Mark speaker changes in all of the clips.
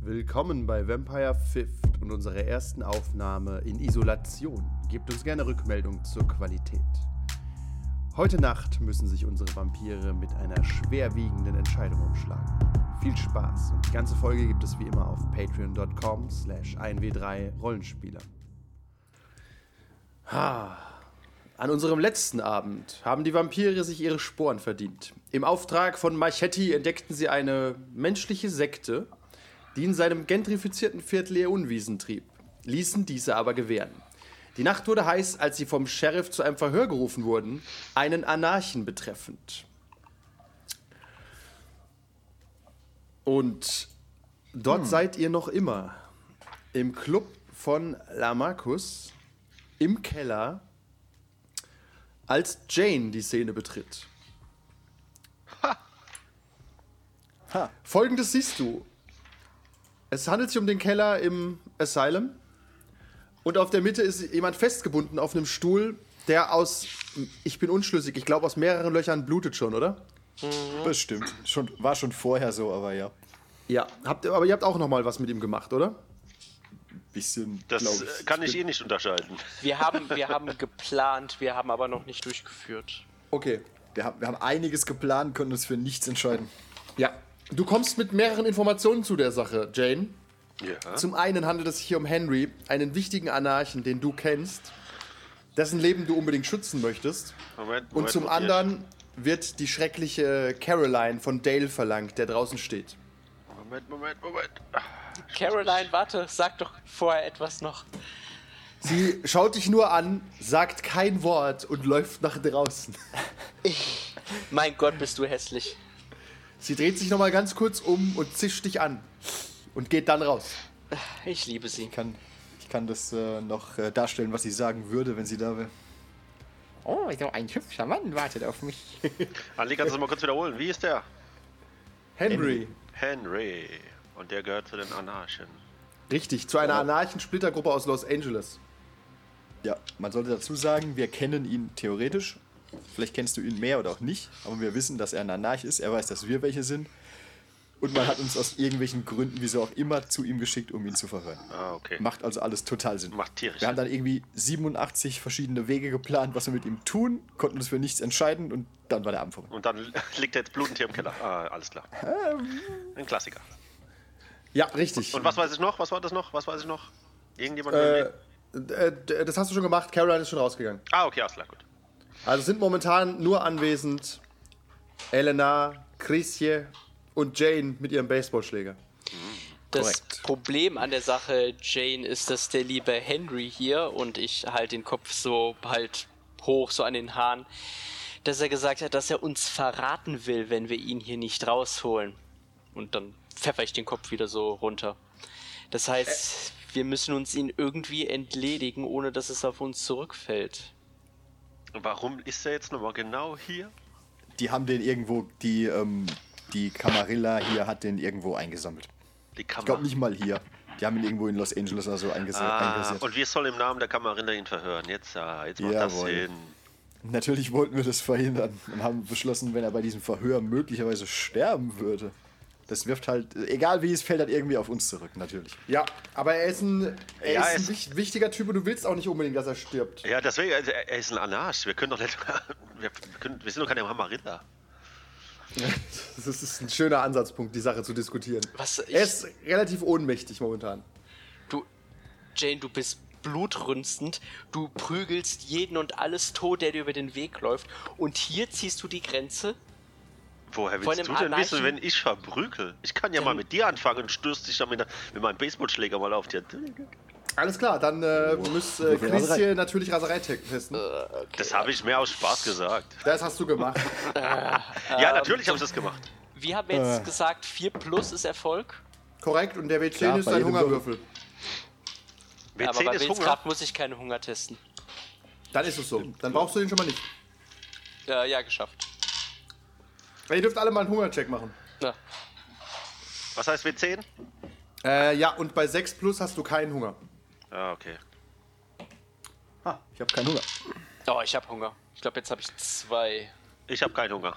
Speaker 1: Willkommen bei Vampire Fifth und unserer ersten Aufnahme in Isolation. Gebt uns gerne Rückmeldung zur Qualität. Heute Nacht müssen sich unsere Vampire mit einer schwerwiegenden Entscheidung umschlagen. Viel Spaß und die ganze Folge gibt es wie immer auf patreon.com slash 1w3 Rollenspieler. Ha. An unserem letzten Abend haben die Vampire sich ihre Sporen verdient. Im Auftrag von Marchetti entdeckten sie eine menschliche Sekte, die in seinem gentrifizierten Viertel ihr Unwesen trieb, ließen diese aber gewähren. Die Nacht wurde heiß, als sie vom Sheriff zu einem Verhör gerufen wurden, einen Anarchen betreffend. Und dort seid ihr noch immer. Im Club von Lamarcus, im Keller, als Jane die Szene betritt.
Speaker 2: Ha.
Speaker 1: Folgendes siehst du. Es handelt sich um den Keller im Asylum. Und auf der Mitte ist jemand festgebunden auf einem Stuhl, der aus, ich bin unschlüssig, ich glaube aus mehreren Löchern blutet schon, oder?
Speaker 2: Bestimmt. Schon, war schon vorher so, aber ja.
Speaker 1: Ja. Habt, ihr- aber ihr habt auch noch mal was mit ihm gemacht, oder?
Speaker 2: Bisschen.
Speaker 3: Das
Speaker 2: glaub
Speaker 3: äh, kann ich
Speaker 2: bin-
Speaker 3: eh nicht unterscheiden.
Speaker 4: Wir haben, wir haben geplant, wir haben aber noch nicht durchgeführt.
Speaker 1: Okay.
Speaker 2: Wir haben, wir haben einiges geplant, können uns für nichts entscheiden.
Speaker 1: Ja. Du kommst mit mehreren Informationen zu der Sache, Jane. Zum einen handelt es sich hier um Henry, einen wichtigen Anarchen, den du kennst, dessen Leben du unbedingt schützen möchtest.
Speaker 3: Moment,
Speaker 1: Und zum
Speaker 3: notiert.
Speaker 1: anderen wird die schreckliche Caroline von Dale verlangt, der draußen steht.
Speaker 3: Moment, Moment, Moment. Ah,
Speaker 4: Caroline, warte, sag doch vorher etwas noch.
Speaker 1: Sie schaut dich nur an, sagt kein Wort und läuft nach draußen.
Speaker 4: Mein Gott, bist du hässlich.
Speaker 1: Sie dreht sich nochmal ganz kurz um und zischt dich an. Und geht dann raus.
Speaker 4: Ich liebe sie.
Speaker 2: Ich kann, ich kann das äh, noch äh, darstellen, was sie sagen würde, wenn sie da wäre.
Speaker 5: Oh, so ein hübscher Mann wartet auf mich.
Speaker 3: Ali, kannst du das mal kurz wiederholen? Wie ist der?
Speaker 1: Henry.
Speaker 3: Henry. Und der gehört zu den Anarchen.
Speaker 1: Richtig, zu einer anarchen Splittergruppe aus Los Angeles.
Speaker 2: Ja, man sollte dazu sagen, wir kennen ihn theoretisch. Vielleicht kennst du ihn mehr oder auch nicht, aber wir wissen, dass er ein Anarch ist. Er weiß, dass wir welche sind. Und man hat uns aus irgendwelchen Gründen, wieso auch immer, zu ihm geschickt, um ihn zu verhören.
Speaker 3: Ah, okay.
Speaker 2: Macht also alles total Sinn.
Speaker 3: Macht tierisch
Speaker 2: Wir haben
Speaker 3: Sinn.
Speaker 2: dann irgendwie 87 verschiedene Wege geplant, was wir mit ihm tun, konnten uns für nichts entscheiden und dann war der Abend vorbei.
Speaker 3: Und dann liegt er jetzt blutend hier im Keller. Ah, alles klar.
Speaker 2: Ähm.
Speaker 3: Ein Klassiker.
Speaker 1: Ja, richtig.
Speaker 3: Und was weiß ich noch? Was war das noch? Was weiß ich noch? Irgendjemand?
Speaker 1: Äh, äh, d- das hast du schon gemacht, Caroline ist schon rausgegangen.
Speaker 3: ah, okay, alles klar, gut.
Speaker 1: Also sind momentan nur anwesend Elena, Chrisje und Jane mit ihrem Baseballschläger.
Speaker 4: Das
Speaker 2: Korrekt.
Speaker 4: Problem an der Sache, Jane, ist, dass der liebe Henry hier und ich halt den Kopf so halt hoch, so an den Haaren, dass er gesagt hat, dass er uns verraten will, wenn wir ihn hier nicht rausholen. Und dann pfeffer ich den Kopf wieder so runter. Das heißt, wir müssen uns ihn irgendwie entledigen, ohne dass es auf uns zurückfällt.
Speaker 3: Und warum ist er jetzt nochmal genau hier?
Speaker 2: Die haben den irgendwo, die, ähm, die Camarilla hier hat den irgendwo eingesammelt.
Speaker 3: Die
Speaker 2: Ich
Speaker 3: Kamera.
Speaker 2: glaube nicht mal hier. Die haben ihn irgendwo in Los Angeles oder so eingese
Speaker 3: ah,
Speaker 2: eingesetzt.
Speaker 3: und wir sollen im Namen der Kammerrinder ihn verhören. Jetzt, ah, jetzt macht das
Speaker 2: Jawohl.
Speaker 3: Sinn.
Speaker 2: Natürlich wollten wir das verhindern und haben beschlossen, wenn er bei diesem Verhör möglicherweise sterben würde. Das wirft halt, egal wie es fällt, halt irgendwie auf uns zurück, natürlich.
Speaker 1: Ja, aber er ist ein, er
Speaker 3: Ja,
Speaker 1: ist
Speaker 3: es-
Speaker 1: ein wich- wichtiger Typ und du willst auch nicht unbedingt, dass er stirbt.
Speaker 3: Ja, deswegen, also, er er ist ein Anarch. Wir können doch nicht. Wir, können, wir sind doch keine Kammerrinder.
Speaker 1: Das ist ein schöner Ansatzpunkt, die Sache zu diskutieren.
Speaker 4: Was, ich-
Speaker 1: er ist relativ ohnmächtig momentan.
Speaker 4: Du, Jane, du bist blutrünstend, du prügelst jeden und alles tot, der dir über den Weg läuft. Und hier ziehst du die Grenze?
Speaker 3: Woher
Speaker 4: Von
Speaker 3: willst du
Speaker 4: dem
Speaker 3: denn
Speaker 4: Anarchen-
Speaker 3: wissen, wenn ich verprügel? Ich kann ja mal mit dir anfangen und stößt dich dann mit, mit meinem Baseballschläger mal auf dir.
Speaker 1: Alles klar, dann äh, müsst äh,
Speaker 2: Wir werden
Speaker 1: Chrisje natürlich Rasereitechnik testen.
Speaker 3: Das habe ich mehr aus Spaß gesagt.
Speaker 1: Das hast du gemacht.
Speaker 3: Ja,
Speaker 4: Ähm,
Speaker 3: natürlich habe ich das gemacht.
Speaker 4: Wir haben jetzt
Speaker 2: Äh.
Speaker 4: gesagt, 4 plus ist Erfolg.
Speaker 1: Korrekt, und der W10
Speaker 2: Klar,
Speaker 1: ist
Speaker 2: bei
Speaker 1: ein
Speaker 2: jedem
Speaker 1: Hungerwürfel.
Speaker 4: aber
Speaker 3: W10
Speaker 4: bei
Speaker 3: ist
Speaker 4: Wills
Speaker 3: Hunger.
Speaker 4: Grad muss ich keinen Hunger testen.
Speaker 1: Dann ist es so. Dann brauchst du den schon mal nicht.
Speaker 4: Äh, ja, geschafft.
Speaker 1: Ihr dürft alle mal einen Hungercheck machen.
Speaker 4: Na,
Speaker 3: Was heißt W10?
Speaker 1: Äh, ja, und bei 6 plus hast du keinen Hunger.
Speaker 3: Ah, okay.
Speaker 2: Ha, ich habe keinen Hunger.
Speaker 4: Oh, ich habe Hunger. Ich glaube, jetzt habe ich zwei.
Speaker 3: Ich habe keinen Hunger.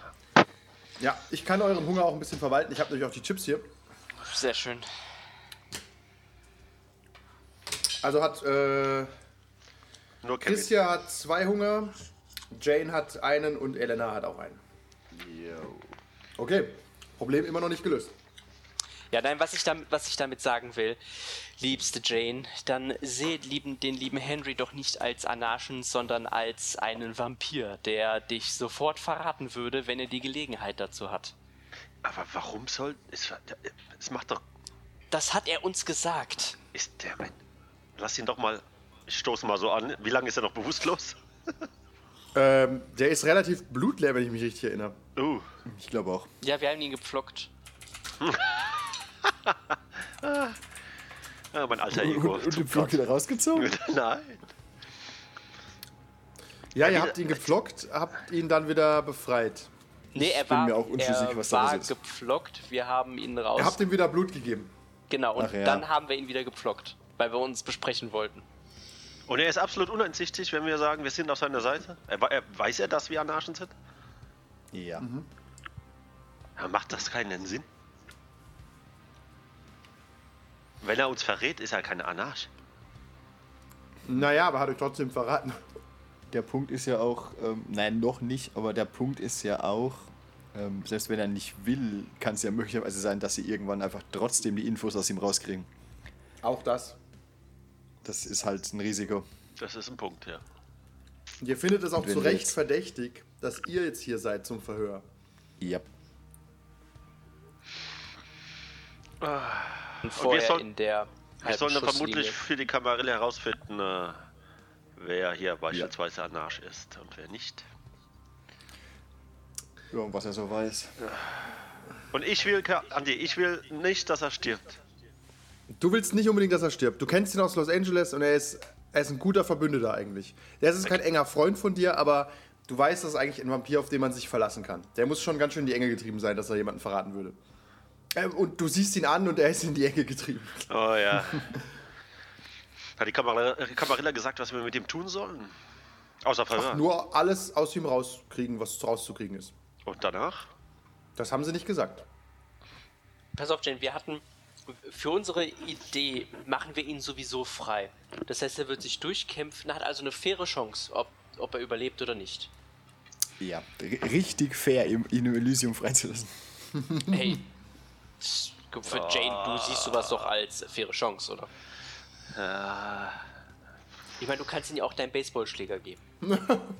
Speaker 1: Ja, ich kann euren Hunger auch ein bisschen verwalten. Ich habe nämlich auch die Chips hier.
Speaker 4: Sehr schön.
Speaker 6: Also hat äh,
Speaker 3: Nur Kevin.
Speaker 6: Christian hat zwei Hunger, Jane hat einen und Elena hat auch einen. Okay, Problem immer noch nicht gelöst.
Speaker 4: Ja, nein, was ich, damit, was ich damit sagen will, liebste Jane, dann seht lieben, den lieben Henry doch nicht als Anarchen, sondern als einen Vampir, der dich sofort verraten würde, wenn er die Gelegenheit dazu hat.
Speaker 3: Aber warum soll. Es, es macht doch.
Speaker 4: Das hat er uns gesagt.
Speaker 3: Ist der mein. Lass ihn doch mal. Ich stoße mal so an. Wie lange ist er noch bewusstlos?
Speaker 1: Ähm, der ist relativ blutleer, wenn ich mich richtig erinnere.
Speaker 3: Uh,
Speaker 2: Ich glaube auch.
Speaker 4: Ja, wir haben ihn gepflockt.
Speaker 3: ah, mein alter
Speaker 2: Und,
Speaker 3: Ego.
Speaker 2: und
Speaker 3: Zum
Speaker 2: den Flug
Speaker 3: Gott.
Speaker 2: wieder rausgezogen?
Speaker 3: Nein.
Speaker 1: Ja, ihr habt ihn gepflockt, habt ihn dann wieder befreit.
Speaker 4: Nee, er
Speaker 2: bin
Speaker 4: war,
Speaker 2: mir auch unschlüssig,
Speaker 4: er
Speaker 2: was da
Speaker 4: war
Speaker 2: los ist.
Speaker 4: gepflockt, wir haben ihn raus.
Speaker 1: Ihr habt ihm wieder Blut gegeben.
Speaker 4: genau, und
Speaker 2: Ach ja.
Speaker 4: dann haben wir ihn wieder gepflockt, weil wir uns besprechen wollten.
Speaker 3: Und er ist absolut uneinsichtig, wenn wir sagen, wir sind auf seiner Seite. Er, wei- er, weiß er, dass wir Anarchen sind?
Speaker 2: Ja. Mhm.
Speaker 3: Ja, macht das keinen Sinn? Wenn er uns verrät, ist er kein Anarch.
Speaker 1: Naja, aber hat euch trotzdem verraten.
Speaker 2: Der Punkt ist ja auch, ähm, nein, noch nicht, aber der Punkt ist ja auch, ähm, selbst wenn er nicht will, kann es ja möglicherweise sein, dass sie irgendwann einfach trotzdem die Infos aus ihm rauskriegen.
Speaker 6: Auch das.
Speaker 2: Das ist halt ein Risiko.
Speaker 3: Das ist ein Punkt, ja.
Speaker 1: Und ihr findet es auch
Speaker 2: Und wenn
Speaker 1: zu
Speaker 2: wir
Speaker 1: Recht
Speaker 2: jetzt-
Speaker 1: verdächtig, dass ihr jetzt hier seid zum Verhör.
Speaker 2: Ja.
Speaker 4: Und vorher
Speaker 3: soll-
Speaker 4: in der
Speaker 3: Wir
Speaker 4: halben
Speaker 3: sollen dann
Speaker 4: Schusslinie.
Speaker 3: vermutlich für die Kamarille herausfinden, äh, wer hier beispielsweise Anarch ist und wer nicht.
Speaker 2: Irgendwas er so weiß.
Speaker 3: Und ich will, Ka- Andi, ich will nicht, dass er stirbt.
Speaker 1: Du willst nicht unbedingt, dass er stirbt. Du kennst ihn aus Los Angeles und er ist, er ist ein guter Verbündeter eigentlich. Der ist kein enger Freund von dir, aber du weißt, das ist eigentlich ein Vampir, auf den man sich verlassen kann. Der muss schon ganz schön in die Enge getrieben sein, dass er jemanden verraten würde. Ähm, Und du siehst ihn an und er ist in die Enge getrieben.
Speaker 3: Oh ja. Hat die Kamarilla, äh, Kamarilla gesagt, was wir mit ihm tun sollen? Außer Verhör.
Speaker 1: Nur alles aus ihm rauskriegen, was rauszukriegen ist.
Speaker 3: Und danach?
Speaker 1: Das haben sie nicht gesagt.
Speaker 4: Pass auf, Jane, wir hatten für unsere Idee machen wir ihn sowieso frei. Das heißt, er wird sich durchkämpfen, hat also eine faire Chance, ob, ob er überlebt oder nicht.
Speaker 2: Ja. R richtig fair, ihn ihn im Elysium freizulassen. Mhm.
Speaker 4: Hey, s- für Jane, du siehst sowas doch als faire Chance, oder?
Speaker 3: Äh.
Speaker 4: Ich meine, du kannst ihm ja auch deinen Baseballschläger geben.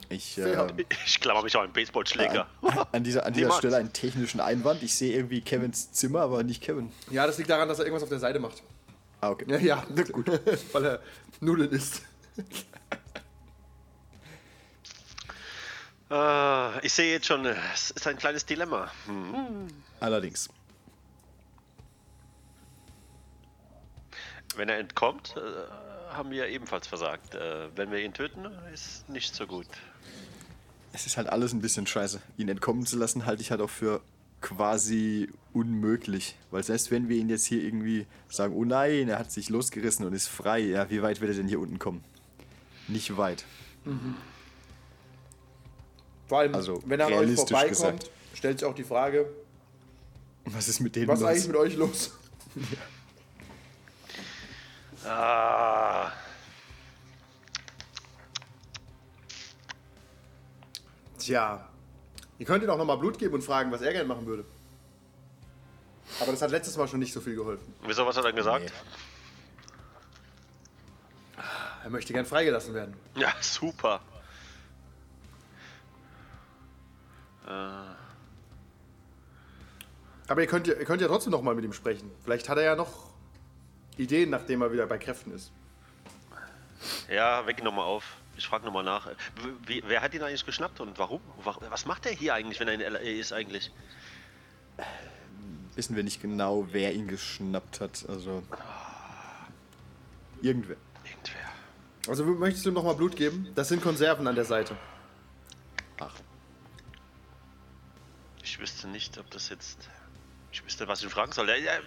Speaker 2: Ich, ähm,
Speaker 3: Ich klammer mich auch einen Baseballschläger.
Speaker 2: an dieser, an dieser
Speaker 3: Niemals.
Speaker 2: Stelle einen technischen Einwand. Ich sehe irgendwie Kevins Zimmer, aber nicht Kevin.
Speaker 1: Ja, das liegt daran, dass er irgendwas auf der Seite macht.
Speaker 2: Ah, okay.
Speaker 1: Ja, ja, gut. Weil er Nudeln isst.
Speaker 3: Äh, ich sehe jetzt schon, äh, es ist ein kleines Dilemma.
Speaker 2: Allerdings.
Speaker 3: Wenn er entkommt, äh, haben wir ebenfalls versagt. Äh, wenn wir ihn töten, ist nicht so gut.
Speaker 2: Es ist halt alles ein bisschen scheiße. Ihn entkommen zu lassen, halte ich halt auch für quasi unmöglich. Weil selbst wenn wir ihn jetzt hier irgendwie sagen, oh nein, er hat sich losgerissen und ist frei, ja, wie weit wird er denn hier unten kommen? Nicht weit.
Speaker 1: Vor allem,
Speaker 2: Also,
Speaker 1: wenn er an euch
Speaker 2: realistisch
Speaker 1: vorbeikommt,
Speaker 2: gesagt.
Speaker 1: stellt sich auch die Frage,
Speaker 2: Und Was ist mit denen
Speaker 1: was ist eigentlich
Speaker 2: los?
Speaker 1: mit euch los?
Speaker 3: Ah,
Speaker 1: Tja, ihr könnt ihm auch nochmal Blut geben und fragen, was er gerne machen würde. Aber das hat letztes Mal schon nicht so viel geholfen.
Speaker 3: wieso, was hat er gesagt?
Speaker 1: Ah, Er möchte gern freigelassen werden.
Speaker 3: Ja, super.
Speaker 1: Aber ihr könnt, ja- ihr könnt ja trotzdem nochmal mit ihm sprechen. Vielleicht hat er ja noch Ideen, nachdem er wieder bei Kräften ist.
Speaker 3: Ja, weck ihn nochmal auf. Ich frage nochmal nach. W- Wie, wer hat ihn eigentlich geschnappt und warum? Wa- Was macht er hier eigentlich, wenn er in LA ist eigentlich?
Speaker 2: Wissen wir nicht genau, wer ihn geschnappt hat. Also. Irgendwer.
Speaker 3: Irgendwer.
Speaker 1: Also möchtest du ihm nochmal Blut geben? Das sind Konserven an der Seite.
Speaker 3: Ich wüsste nicht, ob das jetzt... Ich wüsste, was ich ihn fragen soll. Ja, ja, ja.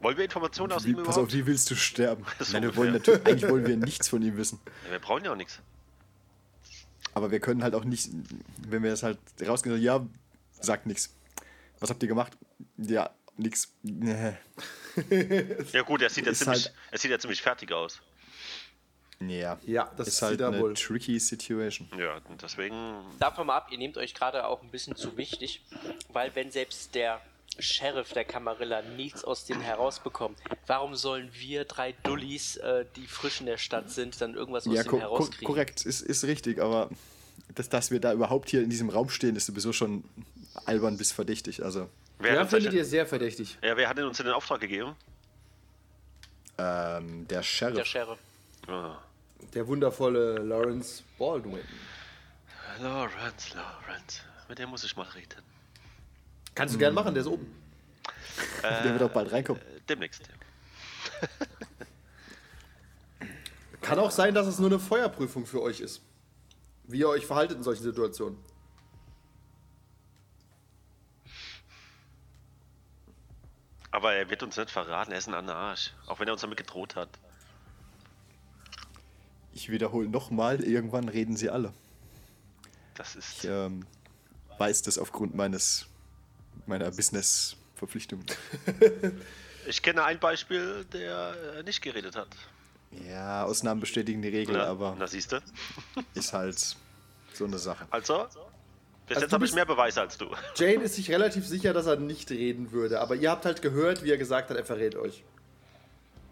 Speaker 3: Wollen wir Informationen aus
Speaker 2: Wie,
Speaker 3: ihm
Speaker 2: pass auf,
Speaker 3: überhaupt?
Speaker 2: wie willst du sterben?
Speaker 3: So
Speaker 2: Nein, wir wollen
Speaker 3: ungefähr.
Speaker 2: natürlich, eigentlich wollen wir nichts von ihm wissen.
Speaker 3: Ja, wir brauchen ja auch nichts.
Speaker 2: Aber wir können halt auch nicht, wenn wir das halt rausgehen, ja, sagt nichts. Was habt ihr gemacht? Ja, nix. Nee.
Speaker 3: Ja gut, er sieht ja
Speaker 2: Ist
Speaker 3: ziemlich,
Speaker 2: halt-
Speaker 3: er sieht ja ziemlich fertig aus.
Speaker 2: Ja.
Speaker 6: Ja, das
Speaker 2: ist
Speaker 6: sieht
Speaker 2: halt
Speaker 6: er
Speaker 2: eine
Speaker 6: wohl.
Speaker 2: tricky Situation.
Speaker 3: Ja, und deswegen.
Speaker 4: Davon mal ab, ihr nehmt euch gerade auch ein bisschen zu wichtig, weil wenn selbst der Sheriff der Camarilla nichts aus dem herausbekommt, warum sollen wir drei Dullis, äh, die frisch in der Stadt sind, dann irgendwas aus
Speaker 2: Ja,
Speaker 4: dem
Speaker 2: ko ko
Speaker 4: herauskriegen?
Speaker 2: korrekt, ist, ist richtig, aber dass, dass wir da überhaupt hier in diesem Raum stehen, ist sowieso schon albern bis verdächtig. Also,
Speaker 3: Wer,
Speaker 1: Ja,
Speaker 3: hat, uns
Speaker 1: findet ihr
Speaker 3: denn-
Speaker 1: sehr verdächtig.
Speaker 3: ja, wer hat denn uns denn den Auftrag gegeben?
Speaker 2: ähm, der Sheriff.
Speaker 4: Der Sheriff.
Speaker 3: Ah.
Speaker 1: Der wundervolle Lawrence Baldwin.
Speaker 3: Lawrence, Lawrence. Mit dem muss ich mal reden.
Speaker 1: Kannst du gern machen, der ist oben.
Speaker 2: der wird auch bald reinkommen.
Speaker 3: Äh, Demnächst.
Speaker 1: Kann auch sein, dass es nur eine Feuerprüfung für euch ist. Wie ihr euch verhaltet in solchen Situationen.
Speaker 3: Aber er wird uns nicht verraten, er ist ein Anarch. Auch wenn er uns damit gedroht hat.
Speaker 2: Ich wiederhole nochmal, irgendwann reden sie alle.
Speaker 3: Das ist.
Speaker 2: Ich ähm, weiß das aufgrund meines meiner Business-Verpflichtung.
Speaker 3: Ich kenne ein Beispiel, der äh, nicht geredet hat.
Speaker 2: Ja, Ausnahmen bestätigen die Regel,
Speaker 3: Na,
Speaker 2: aber
Speaker 3: na siehst du.
Speaker 2: ist halt so eine Sache.
Speaker 3: Also, bis jetzt
Speaker 1: du
Speaker 3: habe ich
Speaker 1: bist-
Speaker 3: mehr Beweise als du.
Speaker 1: Jane ist sich relativ sicher, dass er nicht reden würde, aber ihr habt halt gehört, wie er gesagt hat, er verrät euch.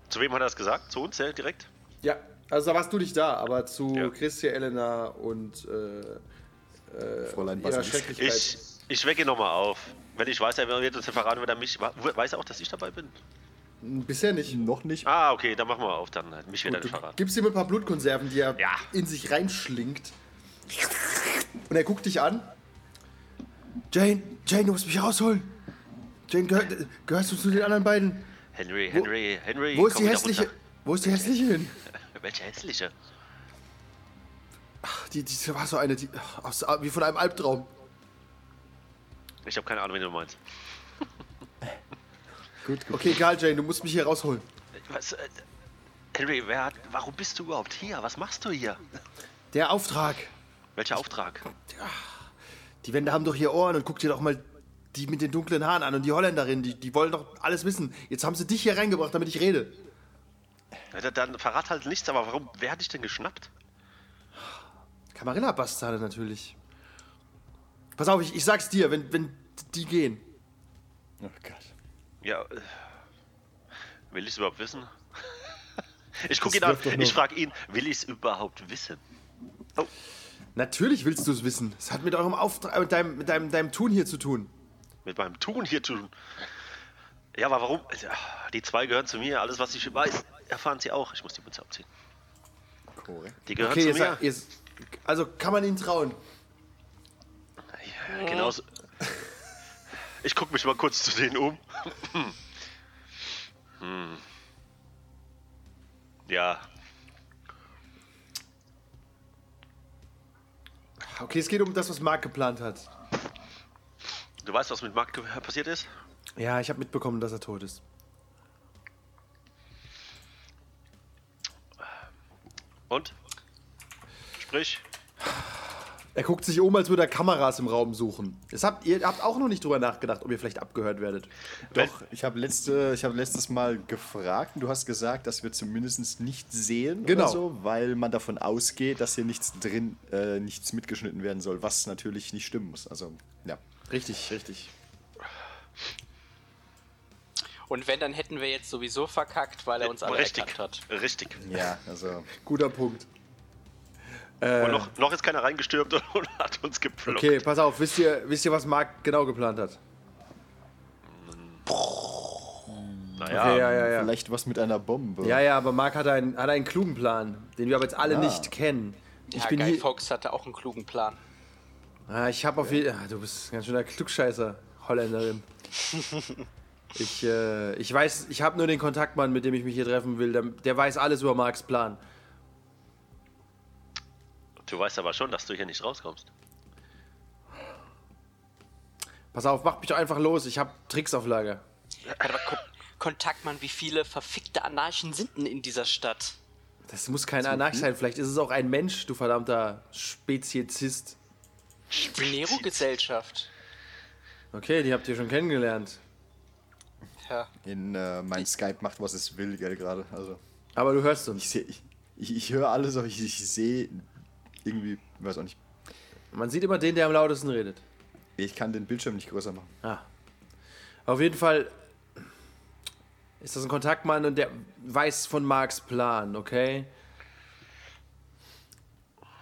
Speaker 3: Zu wem hat er das gesagt? Zu uns, ja, direkt?
Speaker 1: Ja, also da warst du nicht da, aber zu
Speaker 3: Ja.
Speaker 1: Christia, Elena und äh,
Speaker 2: Fräulein
Speaker 1: ihrer
Speaker 2: Bassel.
Speaker 1: Schrecklichkeit.
Speaker 3: Ich, ich wecke nochmal auf. Wenn ich weiß, er wird uns nicht verraten, wird er mich. wa- Weiß er auch, dass ich dabei bin?
Speaker 1: Bisher nicht.
Speaker 2: Noch nicht.
Speaker 3: Ah, okay, dann machen wir auf. Dann mich wird er
Speaker 1: Gut,
Speaker 3: nicht
Speaker 1: du
Speaker 3: verraten.
Speaker 1: gibst ihm ein paar Blutkonserven, die er
Speaker 3: Ja.
Speaker 1: in sich reinschlingt. Und er guckt dich an. Jane, Jane, du musst mich rausholen. Jane, gehör, gehörst du zu den anderen beiden?
Speaker 3: Henry, Henry, Henry.
Speaker 1: Wo ist
Speaker 3: komm
Speaker 1: die
Speaker 3: wieder
Speaker 1: hässliche?
Speaker 3: runter.
Speaker 1: Wo ist die hässliche hin?
Speaker 3: Welche hässliche?
Speaker 1: Ach, Die, die, die war so eine, die, ach, aus, wie von einem Albtraum.
Speaker 3: Ich habe keine Ahnung, wen du meinst.
Speaker 2: Gut, gut.
Speaker 1: Okay, egal, Jane, du musst mich hier rausholen.
Speaker 3: Was, äh, Henry, wer hat, warum bist du überhaupt hier? Was machst du hier?
Speaker 1: Der Auftrag.
Speaker 3: Welcher Auftrag?
Speaker 1: Die Wände haben doch hier Ohren und guck dir doch mal die mit den dunklen Haaren an und die Holländerin, die, die wollen doch alles wissen. Jetzt haben sie dich hier reingebracht, damit ich rede.
Speaker 3: Ja, dann- Dann verrat halt nichts, aber warum? Wer hat dich denn geschnappt?
Speaker 1: Camarilla-Bastarde natürlich. Pass auf, ich, ich sag's dir, wenn, wenn die gehen.
Speaker 2: Oh Gott.
Speaker 3: Ja. äh, Will ich es überhaupt wissen? Ich
Speaker 2: Das
Speaker 3: gucke ihn an.
Speaker 2: wirft doch nur-
Speaker 3: Ich frage ihn, will ich es überhaupt wissen?
Speaker 1: Natürlich willst du es wissen. Es hat mit eurem Auftrag, mit deinem, mit deinem, deinem Tun hier zu tun.
Speaker 3: Mit meinem Tun hier tun. Ja, aber warum? Also, ah, Die zwei gehören zu mir. Alles, was ich weiß, erfahren sie auch. Ich muss die Mütze abziehen.
Speaker 2: Korrekt.
Speaker 3: Die gehören
Speaker 1: Okay,
Speaker 3: zu
Speaker 1: ihr,
Speaker 3: mir.
Speaker 1: sagt- ihr, also kann man ihnen trauen.
Speaker 3: Ja, genauso. Ich gucke mich mal kurz zu denen um. Hm. Ja,
Speaker 1: Okay, es geht um das, was Mark geplant hat.
Speaker 3: du weißt, was mit Mark ge- passiert ist?
Speaker 1: Ja, ich habe mitbekommen, dass er tot ist.
Speaker 3: Und? Sprich,
Speaker 1: Er guckt sich um, als würde er Kameras im Raum suchen. Das habt, ihr habt auch noch nicht drüber nachgedacht, ob ihr vielleicht abgehört werdet.
Speaker 2: Doch, ich habe letzte, ich hab letztes Mal gefragt und du hast gesagt, dass wir zumindest nicht sehen
Speaker 1: Genau.
Speaker 2: oder so, weil man davon ausgeht, dass hier nichts drin, äh, nichts mitgeschnitten werden soll, was natürlich nicht stimmen muss. Also, ja.
Speaker 1: Richtig, richtig.
Speaker 4: Und wenn, dann hätten wir jetzt sowieso verkackt, weil er uns alle
Speaker 3: richtig,
Speaker 4: erkannt hat.
Speaker 3: richtig.
Speaker 2: Ja, also.
Speaker 1: Guter Punkt.
Speaker 3: Und noch, noch ist keiner reingestürmt und hat uns geplockt.
Speaker 1: Äh. Okay, pass auf, wisst ihr, wisst ihr was Mark genau geplant hat?
Speaker 3: naja,
Speaker 1: ja, ja, ja.
Speaker 2: Vielleicht was mit einer Bombe.
Speaker 1: Ja, ja, aber Mark hat einen, hat einen klugen Plan, den wir aber jetzt alle nicht kennen. Ich
Speaker 4: ja,
Speaker 1: bin
Speaker 4: Guy
Speaker 1: hier.
Speaker 4: Fawkes hatte auch einen klugen Plan.
Speaker 1: Ah, ich habe auf jeden ah, Du bist ein ganz schöner Klugscheißer, Holländerin. ich, äh, ich weiß, ich habe nur den Kontaktmann, mit dem ich mich hier treffen will. Der, der weiß alles über Marks Plan.
Speaker 3: Du weißt aber schon, dass du hier nicht rauskommst.
Speaker 1: Pass auf, mach mich doch einfach los. Ich habe Tricks auf Lager.
Speaker 4: Aber Kon Kontaktmann, wie viele verfickte Anarchen sind denn in dieser Stadt?
Speaker 1: Das muss kein Anarch sein. Vielleicht ist es auch ein Mensch, du verdammter Speziesist.
Speaker 4: Die Nero-Gesellschaft.
Speaker 1: Okay, die habt ihr schon kennengelernt.
Speaker 4: Lecker.
Speaker 2: In äh, mein Skype macht, was es will, gell, gerade. Also
Speaker 1: Aber du hörst
Speaker 2: ich
Speaker 1: uns.
Speaker 2: sehe, ich, ich, ich höre alles, aber ich, ich sehe irgendwie, weiß auch nicht.
Speaker 1: Man sieht immer den, der am lautesten redet.
Speaker 2: Ich kann den Bildschirm nicht größer machen.
Speaker 1: Ah. Auf jeden Fall ist das ein Kontaktmann und der weiß von Marks Plan, okay?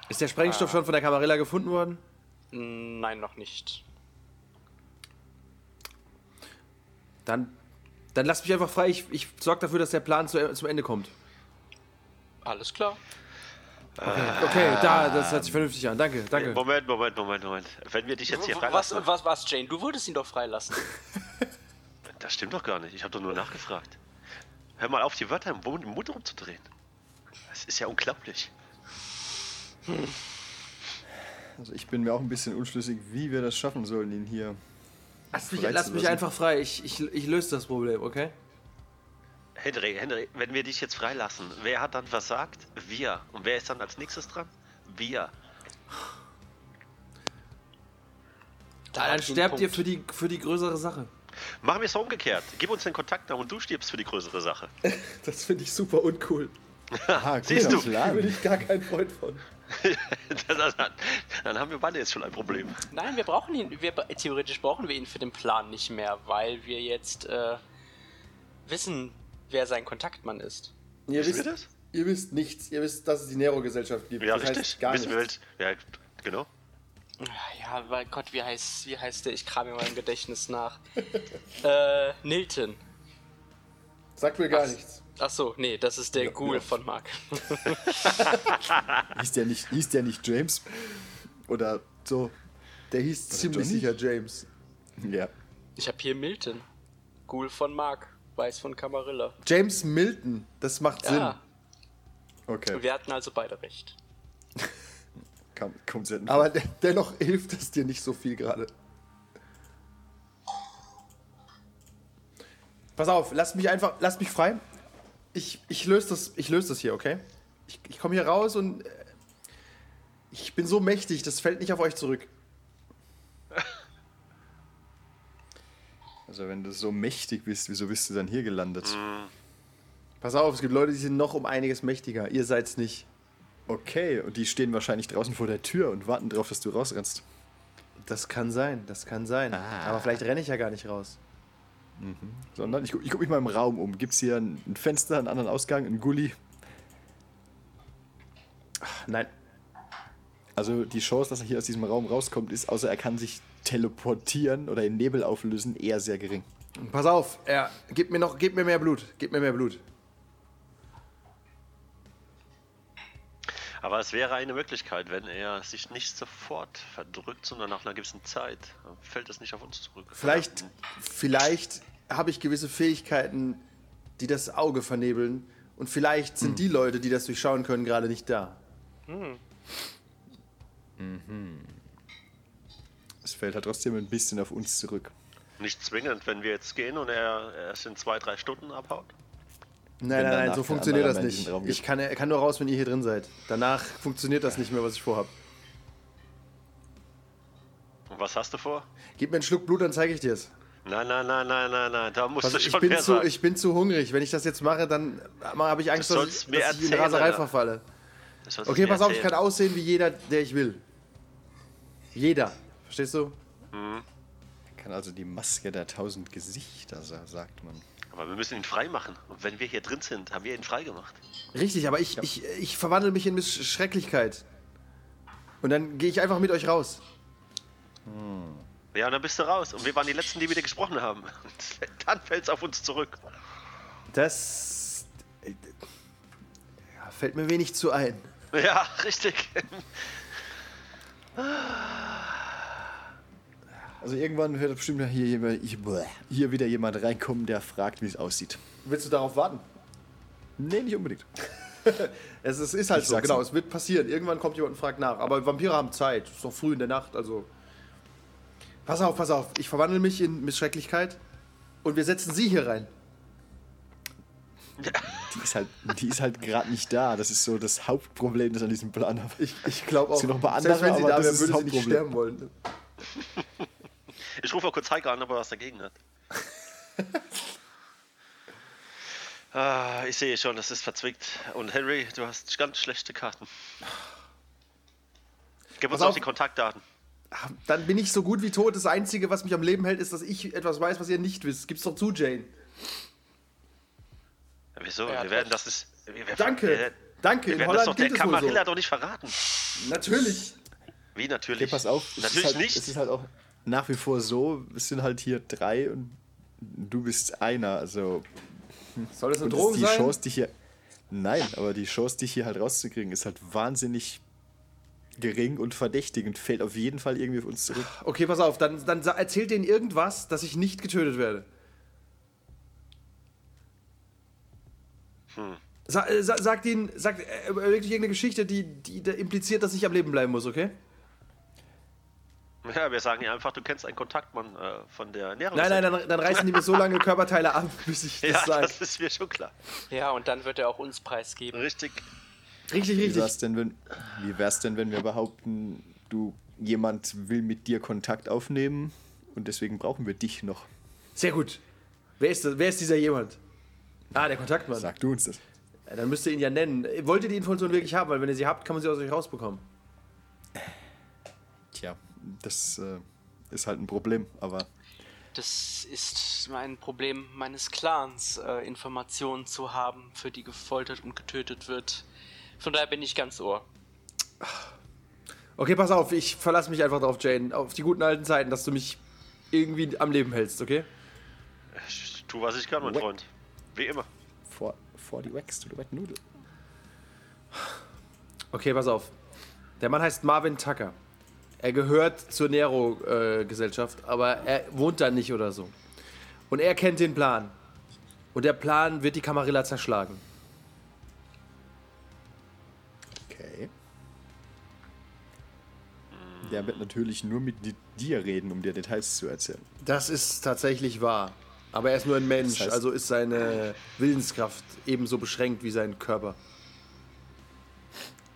Speaker 1: Ist der Sprengstoff schon von der Camarilla gefunden worden?
Speaker 4: Nein, noch nicht.
Speaker 1: Dann, dann lass mich einfach frei. Ich, ich sorge dafür, dass der Plan zu, zum Ende kommt.
Speaker 4: Alles klar.
Speaker 1: Okay, da, das hört sich vernünftig an. Danke, danke.
Speaker 3: Moment, Moment, Moment, Moment. Wenn wir dich jetzt hier
Speaker 4: Was,
Speaker 3: freilassen.
Speaker 4: was, was, Jane? Du würdest ihn doch freilassen.
Speaker 3: Das stimmt doch gar nicht. Ich habe doch nur nachgefragt. Hör mal auf, die Wörter im Mund, im Mund rumzudrehen. Das ist ja unglaublich.
Speaker 2: Also ich bin mir auch ein bisschen unschlüssig, wie wir das schaffen sollen, ihn hier.
Speaker 1: Lass mich,
Speaker 2: bereit
Speaker 1: lass
Speaker 2: zu
Speaker 1: mich
Speaker 2: lassen.
Speaker 1: einfach frei. Ich, ich, ich löse das Problem, okay?
Speaker 3: Henry, Henry, wenn wir dich jetzt freilassen, wer hat dann versagt? Wir. Und wer ist dann als nächstes dran? Wir.
Speaker 1: dann
Speaker 4: Da hast du einen
Speaker 1: sterbt ihr
Speaker 4: Punkt.
Speaker 1: für die, für die größere Sache.
Speaker 3: Machen wir es umgekehrt. Gib uns den Kontaktnamen und du stirbst für die größere Sache.
Speaker 6: Das finde ich super uncool.
Speaker 2: Aha, Ah, guter
Speaker 3: siehst du.
Speaker 6: Da bin
Speaker 2: Plan.
Speaker 6: ich gar kein Freund von.
Speaker 3: Das- das- dann, dann haben wir beide jetzt schon ein Problem.
Speaker 4: Nein, wir brauchen ihn. Wir, äh, theoretisch brauchen wir ihn für den Plan nicht mehr, weil wir jetzt äh, wissen, wer sein Kontaktmann ist.
Speaker 6: Ihr
Speaker 3: Wissen
Speaker 6: wisst,
Speaker 3: wir das?
Speaker 6: ihr wisst nichts. Ihr wisst, dass es die Nero-Gesellschaft gibt.
Speaker 3: Ja,
Speaker 6: das
Speaker 3: richtig.
Speaker 6: Heißt gar
Speaker 3: Wissen wir
Speaker 6: nichts.
Speaker 3: jetzt- Ja, genau.
Speaker 4: Ja, weil Gott, wie heißt, wie heißt der? Ich kram mir mal im Gedächtnis nach. äh, Nilton.
Speaker 6: Sagt mir gar
Speaker 4: Was?
Speaker 6: nichts.
Speaker 4: Achso, nee, das ist der Ghoul von Mark.
Speaker 2: Hieß der nicht, hieß der nicht James? Oder so?
Speaker 6: Der hieß ziemlich
Speaker 2: Johnny?
Speaker 6: sicher James.
Speaker 2: Ja.
Speaker 4: Ich habe hier Milton. Ghoul von Mark. Weiß von Camarilla.
Speaker 6: James Milton. Das macht Sinn.
Speaker 4: Ja,
Speaker 2: Okay.
Speaker 4: wir hatten also beide recht.
Speaker 2: Kam, kommt selten vor.
Speaker 6: Aber de- dennoch hilft es dir nicht so viel gerade.
Speaker 1: Pass auf, lass mich einfach, lass mich frei. Ich, ich löse das, ich löse das hier, okay? Ich, ich komme hier raus und äh, ich bin so mächtig, das fällt nicht auf euch zurück.
Speaker 2: Also wenn du so mächtig bist, wieso bist du dann hier gelandet?
Speaker 3: Mm.
Speaker 1: Pass auf, es gibt Leute, die sind noch um einiges mächtiger. Ihr seid's nicht.
Speaker 2: Okay, und die stehen wahrscheinlich draußen vor der Tür und warten drauf, dass du rausrennst.
Speaker 1: Das kann sein, das kann sein. Aber vielleicht renne ich ja gar nicht raus.
Speaker 2: Sondern ich, gu- ich gucke mich mal im Raum um. Gibt's hier ein, ein Fenster, einen anderen Ausgang, einen Gully?
Speaker 1: Nein.
Speaker 2: Also die Chance, dass er hier aus diesem Raum rauskommt, ist, außer er kann sich teleportieren oder in Nebel auflösen, eher sehr gering.
Speaker 1: Pass auf, er, gib mir noch, gib mir mehr Blut, gib mir mehr Blut.
Speaker 3: Aber es wäre eine Möglichkeit, wenn er sich nicht sofort verdrückt, sondern nach einer gewissen Zeit dann fällt es nicht auf uns zurück.
Speaker 1: Vielleicht, vielleicht habe ich gewisse Fähigkeiten, die das Auge vernebeln. Und vielleicht sind die Leute, die das durchschauen können, gerade nicht da.
Speaker 2: Es fällt halt trotzdem ein bisschen auf uns zurück.
Speaker 3: Nicht zwingend, wenn wir jetzt gehen und er erst in zwei, drei Stunden abhaut.
Speaker 1: Nein,
Speaker 2: Wenn
Speaker 1: nein, nein,
Speaker 2: danach
Speaker 1: so
Speaker 2: der
Speaker 1: funktioniert
Speaker 2: andere
Speaker 1: das
Speaker 2: Mensch in
Speaker 1: nicht.
Speaker 2: den Raum geht.
Speaker 1: Ich kann, kann nur raus, wenn ihr hier drin seid. Danach funktioniert das nicht mehr, was ich vorhab.
Speaker 3: Und was hast du vor?
Speaker 1: Gib mir einen Schluck Blut, dann zeige ich dir's.
Speaker 3: Nein, nein, nein, nein, nein, nein. Da musst
Speaker 1: Pass,
Speaker 3: du
Speaker 1: Also ich,
Speaker 3: schon
Speaker 1: bin
Speaker 3: mehr
Speaker 1: zu,
Speaker 3: sagen.
Speaker 1: ich bin zu hungrig. Wenn ich das jetzt mache, dann habe ich Angst,
Speaker 3: Das
Speaker 1: dass
Speaker 3: sollst
Speaker 1: ich,
Speaker 3: du mir
Speaker 1: dass ich in
Speaker 3: erzählen,
Speaker 1: Raserei
Speaker 3: Alter.
Speaker 1: verfalle.
Speaker 3: Das sollst du
Speaker 1: Okay,
Speaker 3: mir
Speaker 1: pass auf, ich
Speaker 3: erzählen.
Speaker 1: kann aussehen wie jeder, der ich will. Jeder. Verstehst du?
Speaker 2: Er kann also die Maske der tausend Gesichter, sa- sagt man.
Speaker 3: Aber wir müssen ihn frei machen. Und wenn wir hier drin sind, haben wir ihn frei gemacht.
Speaker 1: Richtig, aber ich, ich, ich verwandle mich in Miss Schrecklichkeit. Und dann gehe ich einfach mit euch raus.
Speaker 3: Ja, und dann bist du raus. Und wir waren die Letzten, die mit dir gesprochen haben. Und dann fällt es auf uns zurück.
Speaker 1: Das ja, fällt mir wenig zu ein.
Speaker 3: Ja, richtig.
Speaker 2: Also irgendwann wird bestimmt hier, jemand- hier wieder jemand reinkommen, der fragt, wie es aussieht.
Speaker 6: Willst du darauf warten?
Speaker 2: Nee, nicht unbedingt.
Speaker 1: Es, es ist halt
Speaker 2: Ich
Speaker 1: so,
Speaker 2: sag's
Speaker 1: genau.
Speaker 2: ihm.
Speaker 1: Es wird passieren. Irgendwann kommt jemand und fragt nach. Aber Vampire haben Zeit. Es ist noch früh in der Nacht, also. Pass auf, pass auf. Ich verwandle mich in Miss Schrecklichkeit und wir setzen sie hier rein.
Speaker 2: Die ist halt, die ist halt gerade nicht da. Das ist so das Hauptproblem, das ich an diesem Plan habe.
Speaker 1: Ich, ich glaube auch,
Speaker 2: Sind noch ein paar
Speaker 1: selbst wenn
Speaker 2: andere,
Speaker 1: sie
Speaker 2: aber
Speaker 1: da
Speaker 2: das
Speaker 1: wäre,
Speaker 2: ist das
Speaker 1: würde sie nicht
Speaker 2: Hauptproblem.
Speaker 1: sterben wollen.
Speaker 3: Ich rufe auch kurz Heike an, ob er was dagegen hat. Ah, ich sehe schon, das ist verzwickt. Und Henry, du hast ganz schlechte Karten. Gib uns
Speaker 6: Pass
Speaker 3: auch
Speaker 6: auf.
Speaker 3: die Kontaktdaten.
Speaker 6: Dann bin ich so gut wie tot. Das Einzige, was mich am Leben hält, ist, dass ich etwas weiß, was ihr nicht wisst. Gib's doch zu, Jane.
Speaker 3: Ja, wieso?
Speaker 4: Er hat
Speaker 3: wir werden
Speaker 4: recht.
Speaker 3: das ist. Wir, wir,
Speaker 6: Danke.
Speaker 3: Wir,
Speaker 6: Danke.
Speaker 3: wir
Speaker 6: In
Speaker 3: werden das doch
Speaker 6: Holland
Speaker 3: der
Speaker 6: gilt es wohl
Speaker 3: Kamarilla
Speaker 6: so.
Speaker 3: doch nicht verraten.
Speaker 6: Natürlich.
Speaker 3: Wie natürlich?
Speaker 2: Okay, pass auf. es ist
Speaker 3: Natürlich
Speaker 2: halt, Es
Speaker 3: nicht.
Speaker 2: ist halt auch nach wie vor so, es sind halt hier drei und du bist einer. Also
Speaker 6: Soll das
Speaker 2: und
Speaker 6: eine Drohung
Speaker 2: es- die
Speaker 6: sein?
Speaker 2: Chance, dich hier. Nein, aber die Chance, dich hier halt rauszukriegen, ist halt wahnsinnig gering und verdächtig und fällt auf jeden Fall irgendwie auf uns zurück.
Speaker 6: Okay, pass auf. Dann, dann sa- erzählt denen irgendwas, dass ich nicht getötet werde.
Speaker 3: Hm.
Speaker 6: Sa äh, sa sagt ihnen, sagt äh, wirklich irgendeine Geschichte, die, die da impliziert, dass ich am Leben bleiben muss,
Speaker 3: Hm.
Speaker 6: okay?
Speaker 2: halt-
Speaker 3: Ja, wir sagen ja einfach, du kennst einen Kontaktmann äh, von der Ernährung.
Speaker 6: Nein, nein, dann, dann reißen die mir so lange Körperteile ab, bis ich das
Speaker 3: Ja,
Speaker 6: sage.
Speaker 3: das ist mir schon klar.
Speaker 4: Ja, und dann wird er auch uns preisgeben.
Speaker 3: Richtig.
Speaker 6: Richtig,
Speaker 2: Wie
Speaker 6: richtig.
Speaker 2: wär's, denn, wenn, wie wär's denn, wenn wir behaupten, du jemand will mit dir Kontakt aufnehmen und deswegen brauchen wir dich noch?
Speaker 6: Sehr gut. Wer ist, das, wer ist dieser jemand? Ah, der Kontaktmann.
Speaker 2: Sag du uns das.
Speaker 6: Ja, Dann müsst ihr ihn ja nennen. Wollt ihr die Information wirklich haben? Weil wenn ihr sie habt, kann man sie aus euch rausbekommen.
Speaker 2: Tja, das äh, ist halt ein Problem, aber
Speaker 4: Das ist ein Problem meines Clans, äh, Informationen zu haben, für die gefoltert und getötet wird. Von daher bin ich ganz ohr.
Speaker 6: Okay, pass auf. Ich verlasse mich einfach drauf, Jane. Auf die guten alten Zeiten, dass du mich irgendwie am Leben hältst, okay?
Speaker 3: Ich tu, was ich kann, mein
Speaker 2: What?
Speaker 3: Freund. Wie immer.
Speaker 2: vor, vor die Wax to the wet noodle.
Speaker 6: Okay, pass auf. Der Mann heißt Marvin Tucker. Er gehört zur Nero-Gesellschaft, aber Äh, er wohnt da nicht oder so. Und er kennt den Plan. Und der Plan wird die Camarilla zerschlagen.
Speaker 2: Okay. Der wird natürlich nur mit di- dir reden, um dir Details zu erzählen.
Speaker 6: Das ist tatsächlich wahr. Aber er ist nur ein Mensch,
Speaker 2: Das heißt-
Speaker 6: also ist seine Willenskraft ebenso beschränkt wie sein Körper.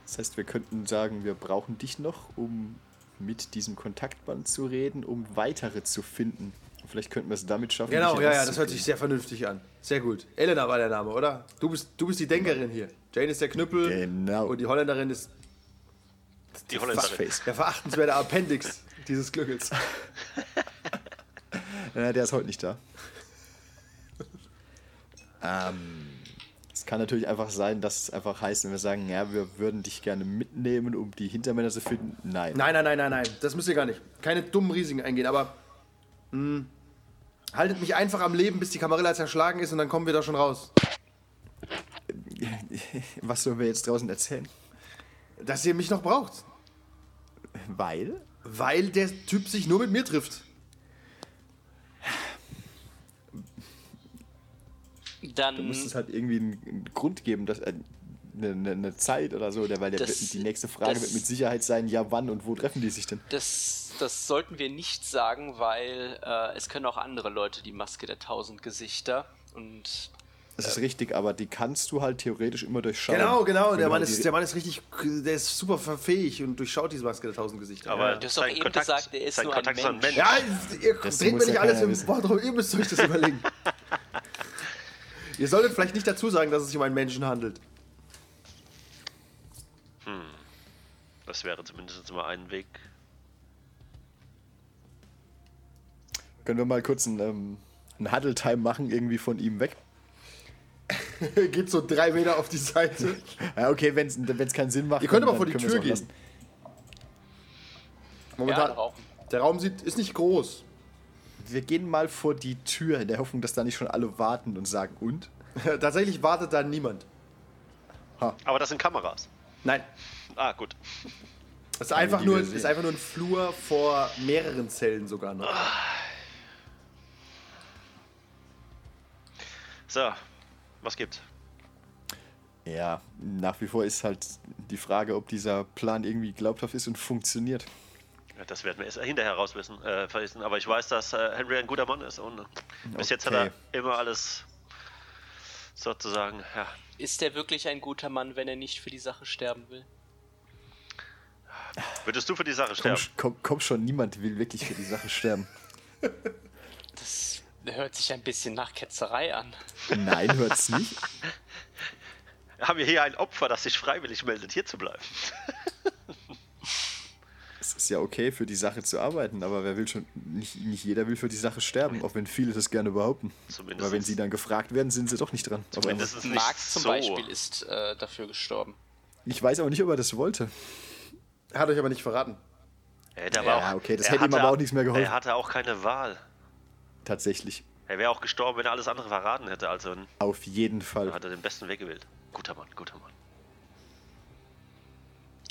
Speaker 2: Das heißt, wir könnten sagen, wir brauchen dich noch, um mit diesem Kontaktband zu reden, um weitere zu finden. Und vielleicht könnten wir es damit schaffen.
Speaker 6: Genau,
Speaker 2: dich
Speaker 6: ja, ja, das hört
Speaker 2: herauszukriegen.
Speaker 6: sich sehr vernünftig an. Sehr gut. Elena war der Name, oder? Du bist, du bist die Denkerin hier. Jane ist der Knüppel.
Speaker 2: Genau.
Speaker 6: Und die Holländerin ist
Speaker 3: Die Holländerin.
Speaker 2: Fuckface.
Speaker 6: der verachtenswerte Appendix dieses Glückels.
Speaker 2: Ja, Äh, der ist heute nicht da. ähm, es kann natürlich einfach sein, dass es einfach heißt, wenn wir sagen, ja, wir würden dich gerne mitnehmen, um die Hintermänner zu finden. Nein.
Speaker 6: Nein, nein, nein, nein, nein. Das müsst ihr gar nicht. Keine dummen Risiken eingehen, aber. mh, haltet mich einfach am Leben, bis die Kamarilla zerschlagen ist und dann kommen wir da schon raus.
Speaker 2: Was sollen wir jetzt draußen erzählen?
Speaker 6: Dass ihr mich noch braucht.
Speaker 2: Weil?
Speaker 6: Weil der Typ sich nur mit mir trifft.
Speaker 2: Da
Speaker 4: Dann
Speaker 6: Mhm.
Speaker 2: muss es halt irgendwie einen- einen Grund geben, dass äh, eine, eine, eine Zeit oder so, der, weil der,
Speaker 4: Das-
Speaker 2: die nächste Frage
Speaker 4: das-
Speaker 2: wird mit Sicherheit sein, ja wann und wo treffen die sich denn?
Speaker 4: Das, das sollten wir nicht sagen, weil äh, es können auch andere Leute die Maske der tausend Gesichter. Und
Speaker 2: Das ist richtig, aber die kannst du halt theoretisch immer durchschauen.
Speaker 6: Genau, genau.
Speaker 2: Wenn
Speaker 6: Der
Speaker 2: du
Speaker 6: Mann,
Speaker 2: halt die-
Speaker 6: ist, der Mann ist richtig, der ist super verfähig und durchschaut diese Maske der tausend Gesichter.
Speaker 3: Aber
Speaker 4: Du hast doch
Speaker 3: sein
Speaker 4: eben
Speaker 3: Kontakt,
Speaker 4: gesagt, er ist
Speaker 3: sein
Speaker 4: nur ein
Speaker 3: Kontakt ist ein
Speaker 4: Mensch.
Speaker 3: Mensch.
Speaker 6: ja, ihr
Speaker 2: Das
Speaker 6: dreht mir
Speaker 2: muss ja
Speaker 6: nicht alles
Speaker 2: keiner
Speaker 6: im
Speaker 2: wissen.
Speaker 6: Wort rum, ihr müsst euch das überlegen. ihr solltet vielleicht nicht dazu sagen, dass es sich um einen Menschen handelt.
Speaker 3: Das wäre zumindest mal ein Weg.
Speaker 2: Können wir mal kurz einen, ähm, einen Huddle-Time machen, irgendwie von ihm weg?
Speaker 6: Geht so drei Meter auf die Seite.
Speaker 2: Ja, okay, wenn es keinen Sinn macht.
Speaker 6: Ihr könnt
Speaker 2: dann-
Speaker 6: aber vor
Speaker 2: dann
Speaker 6: die
Speaker 2: können
Speaker 6: Tür
Speaker 2: wir's auch
Speaker 6: gehen.
Speaker 2: lassen.
Speaker 4: ja,
Speaker 6: Momentan,
Speaker 4: rauchen.
Speaker 6: der Raum sieht, ist nicht groß.
Speaker 2: Wir gehen mal vor die Tür in der Hoffnung, dass da nicht schon alle warten und sagen, und?
Speaker 6: Tatsächlich wartet da niemand.
Speaker 3: Aber das sind Kameras.
Speaker 6: Nein,
Speaker 3: Ah, gut.
Speaker 6: es ist einfach,
Speaker 2: die
Speaker 6: nur,
Speaker 2: wir
Speaker 6: es ist
Speaker 2: sehen.
Speaker 6: einfach nur ein Flur vor mehreren Zellen sogar noch.
Speaker 3: So, was gibt's?
Speaker 2: Ja, nach wie vor ist halt die Frage, ob dieser Plan irgendwie glaubhaft ist und funktioniert.
Speaker 3: Ja, Das werden wir erst hinterher rauswissen, äh, verwissen. Aber ich weiß, dass äh, Henry ein guter Mann ist und äh, bis jetzt hat
Speaker 2: Okay.
Speaker 3: er immer alles sozusagen. Ja,
Speaker 4: Ist er wirklich ein guter Mann, wenn er nicht für die Sache sterben will?
Speaker 3: Würdest du für die Sache
Speaker 2: Komm,
Speaker 3: sterben?
Speaker 2: sch- komm, komm schon, niemand will wirklich für die Sache sterben.
Speaker 4: Das Hört sich ein bisschen nach Ketzerei an.
Speaker 2: Nein, hört's nicht.
Speaker 3: Haben wir hier ein Opfer, das sich freiwillig meldet, hier zu bleiben?
Speaker 2: Es ist ja okay, für die Sache zu arbeiten, aber wer will schon, nicht, nicht jeder will für die Sache sterben, auch wenn viele das gerne behaupten.
Speaker 3: Zumindest-
Speaker 2: Aber wenn sie dann gefragt werden, sind sie doch nicht dran. Auf einmal.
Speaker 3: Zumindest nicht
Speaker 4: Marx zum
Speaker 3: so.
Speaker 4: Beispiel ist äh, dafür gestorben.
Speaker 2: Ich weiß auch nicht, ob er das wollte.
Speaker 6: Er hat euch aber nicht verraten.
Speaker 3: Ey, der
Speaker 2: Ja, okay, das hätte ihm
Speaker 3: hatte-
Speaker 2: aber auch nichts mehr geholfen.
Speaker 3: Er hatte auch keine Wahl.
Speaker 2: Tatsächlich.
Speaker 3: Er wäre auch gestorben, wenn er alles andere verraten hätte. Also
Speaker 2: Auf jeden Fall.
Speaker 3: hat er den besten Weg gewählt. Guter Mann, guter Mann.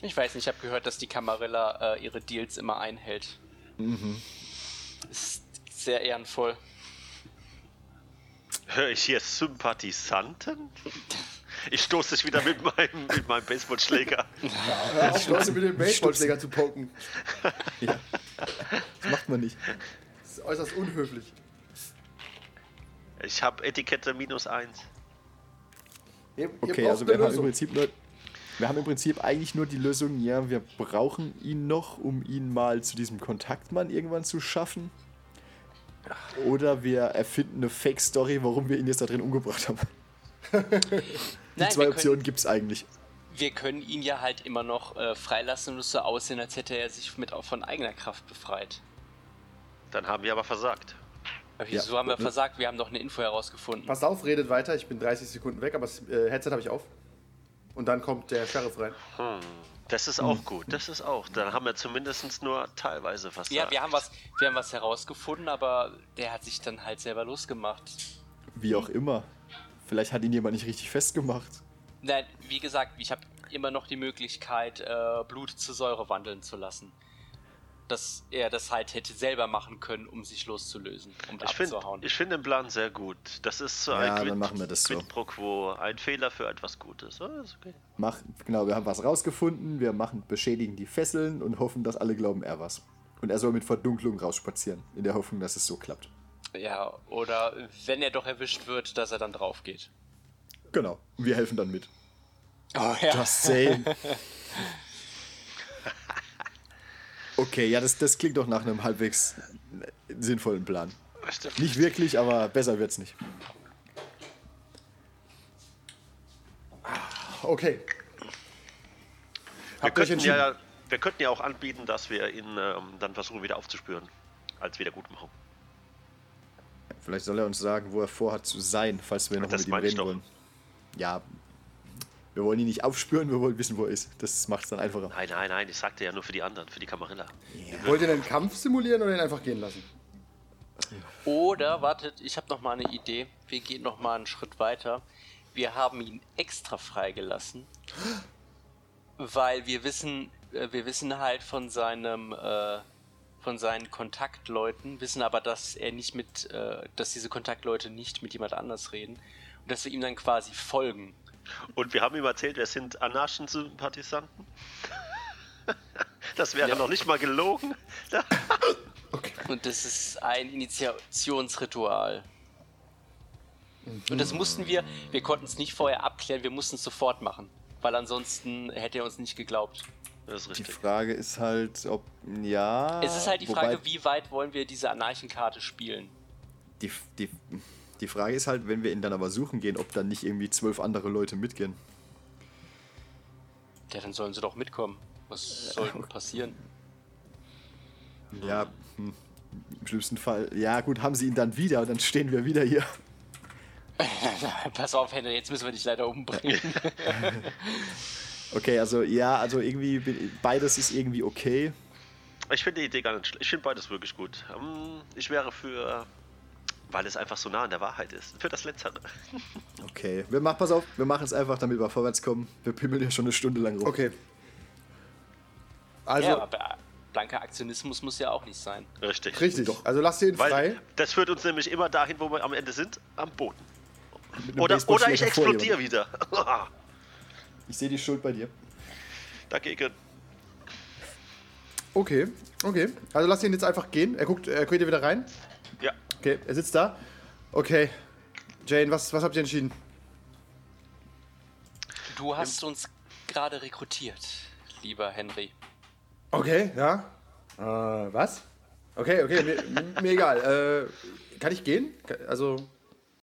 Speaker 4: Ich weiß nicht, ich habe gehört, dass die Camarilla äh, ihre Deals immer einhält.
Speaker 2: Mhm.
Speaker 4: Ist sehr ehrenvoll.
Speaker 3: Höre ich hier Sympathisanten? Ich stoße dich wieder mit meinem, mit meinem Baseballschläger.
Speaker 6: Hör auf, Leute mit dem Baseballschläger zu poken.
Speaker 2: Das macht man nicht.
Speaker 6: Das ist äußerst unhöflich.
Speaker 3: Ich habe Etikette minus eins.
Speaker 6: Ihr,
Speaker 2: Okay,
Speaker 6: braucht
Speaker 2: also wir haben im Prinzip nur, wir haben im Prinzip eigentlich nur die Lösung, ja, wir brauchen ihn noch, um ihn mal zu diesem Kontaktmann irgendwann zu schaffen. Oder wir erfinden eine Fake-Story, warum wir ihn jetzt da drin umgebracht haben. Die
Speaker 4: Nein,
Speaker 2: zwei
Speaker 4: wir
Speaker 2: Optionen gibt es eigentlich.
Speaker 4: Können, wir können ihn ja halt immer noch äh, freilassen und es so aussehen, als hätte er sich mit auch von eigener Kraft befreit.
Speaker 3: Dann haben wir aber versagt.
Speaker 4: Aber wieso haben wir versagt? Wir haben doch eine Info herausgefunden.
Speaker 6: Passt auf, redet weiter. Ich bin 30 Sekunden weg, aber das äh, Headset habe ich auf. Und dann kommt der Sheriff rein.
Speaker 3: Hm, Das ist
Speaker 2: Hm.
Speaker 3: auch gut, das ist auch. Dann haben wir zumindest nur teilweise versagt.
Speaker 4: Ja, wir haben was, wir haben was herausgefunden, aber der hat sich dann halt selber losgemacht.
Speaker 2: Wie auch immer. Vielleicht hat ihn jemand nicht richtig festgemacht.
Speaker 4: Nein, wie gesagt, ich habe immer noch die Möglichkeit, äh, Blut zu Säure wandeln zu lassen. Dass er das halt hätte selber machen können, um sich loszulösen, um
Speaker 3: Ich finde
Speaker 4: abzuhauen.
Speaker 3: find den Plan sehr gut. Das ist so
Speaker 2: Ja,
Speaker 3: ein
Speaker 2: dann machen wir das so.
Speaker 3: Quid pro quo. Ein Fehler für etwas Gutes. Oh, ist okay.
Speaker 2: Mach, genau, wir haben was rausgefunden, wir machen, beschädigen die Fesseln und hoffen, dass alle glauben, er was. Und er soll mit Verdunklung rausspazieren, in der Hoffnung, dass es so klappt.
Speaker 4: ja, oder wenn er doch erwischt wird, dass er dann drauf geht.
Speaker 2: Genau, wir helfen dann mit.
Speaker 4: Oh ja.
Speaker 2: Das same. Okay, ja, das, das klingt doch nach einem halbwegs sinnvollen Plan. Nicht wirklich, aber besser wird's nicht.
Speaker 6: Okay.
Speaker 3: Wir
Speaker 6: Habt ihr euch
Speaker 3: könnten,
Speaker 6: entschieden?
Speaker 3: ja, wir könnten ja auch anbieten, dass wir ihn ähm, dann versuchen, wieder aufzuspüren. Als Wiedergutmachung.
Speaker 2: Vielleicht soll er uns sagen, wo er vorhat zu sein, falls wir noch
Speaker 3: Das
Speaker 2: mit ihm
Speaker 3: meine ich
Speaker 2: reden
Speaker 3: doch.
Speaker 2: wollen. Ja, wir wollen ihn nicht aufspüren, wir wollen wissen, wo er ist. Das macht's dann einfacher.
Speaker 3: Nein, nein, nein, ich sagte ja nur für die anderen, für die Kamarilla.
Speaker 6: Wollt ihr den Kampf simulieren oder ihn einfach gehen lassen?
Speaker 4: Oder, wartet, ich habe noch mal eine Idee. Wir gehen noch mal einen Schritt weiter. Wir haben ihn extra freigelassen, weil wir wissen, äh, wir wissen halt von seinem, äh, von seinen Kontaktleuten, wissen aber, dass er nicht mit, äh, dass diese Kontaktleute nicht mit jemand anders reden und dass wir ihm dann quasi folgen.
Speaker 3: Und wir haben ihm erzählt, wir sind Anarchensympathisanten. Das wäre noch nicht mal gelogen.
Speaker 4: Und das ist ein Initiationsritual. Und das mussten wir, wir konnten es nicht vorher abklären, wir mussten es sofort machen. Weil ansonsten hätte er uns nicht geglaubt.
Speaker 3: Das ist
Speaker 2: Die
Speaker 3: richtig.
Speaker 2: Frage ist halt, ob. Ja.
Speaker 4: es ist halt die
Speaker 2: wobei-
Speaker 4: Frage, wie weit wollen wir diese Anarchenkarte spielen?
Speaker 2: Die, die, die Frage ist halt, wenn wir ihn dann aber suchen gehen, ob dann nicht irgendwie zwölf andere Leute mitgehen.
Speaker 4: Ja, dann sollen sie doch mitkommen. Was soll denn passieren?
Speaker 2: Ja, hm, im schlimmsten Fall. Ja, gut, haben sie ihn dann wieder und dann stehen wir wieder hier.
Speaker 4: Pass auf, Henry, jetzt müssen wir dich leider umbringen.
Speaker 2: Okay, also ja, also irgendwie bin, beides ist irgendwie okay.
Speaker 3: Ich finde die Idee gar nicht schlecht. Ich finde beides wirklich gut. Ähm, Ich wäre für, weil es einfach so nah an der Wahrheit ist, für das Letztere.
Speaker 2: Okay, wir machen, pass auf, wir machen es einfach, damit wir vorwärts kommen. Wir pimmeln ja schon eine Stunde lang rum.
Speaker 6: Okay. Also,
Speaker 4: ja, aber blanker Aktionismus muss ja auch nicht sein.
Speaker 3: Richtig.
Speaker 6: richtig. Also lasst ihr ihn
Speaker 3: Weil
Speaker 6: frei.
Speaker 3: das führt uns nämlich immer dahin, wo wir am Ende sind, am Boden.
Speaker 2: Mit einem
Speaker 3: Oder, oder ich
Speaker 2: Baseballschläger vor
Speaker 3: explodiere
Speaker 2: jemandem.
Speaker 3: wieder.
Speaker 2: Ich sehe die Schuld bei dir.
Speaker 3: Dagegen.
Speaker 6: Okay, okay. Also lasst ihn jetzt einfach gehen. Er guckt, äh, er guckt ihr wieder rein.
Speaker 3: Ja.
Speaker 6: Okay, er sitzt da. Okay. Jane, was, was habt ihr entschieden?
Speaker 4: Du hast uns gerade rekrutiert, lieber Henry.
Speaker 6: Okay, ja. Äh, was? Okay, okay, mir, mir egal. Äh, Kann ich gehen? Ka- Also,